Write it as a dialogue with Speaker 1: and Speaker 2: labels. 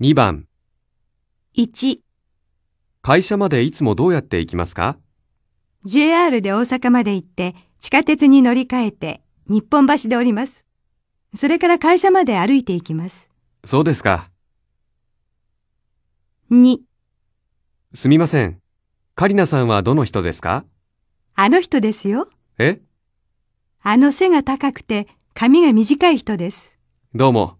Speaker 1: 2番、
Speaker 2: 1、
Speaker 1: 会社までいつもどうやって行きますか
Speaker 2: JR で大阪まで行って、地下鉄に乗り換えて、日本橋で降ります。それから会社まで歩いて行きます。
Speaker 1: そうですか。
Speaker 2: 2、
Speaker 1: すみません。カリナさんはどの人ですか
Speaker 2: あの人ですよ。
Speaker 1: え
Speaker 2: あの背が高くて、髪が短い人です。
Speaker 1: どうも。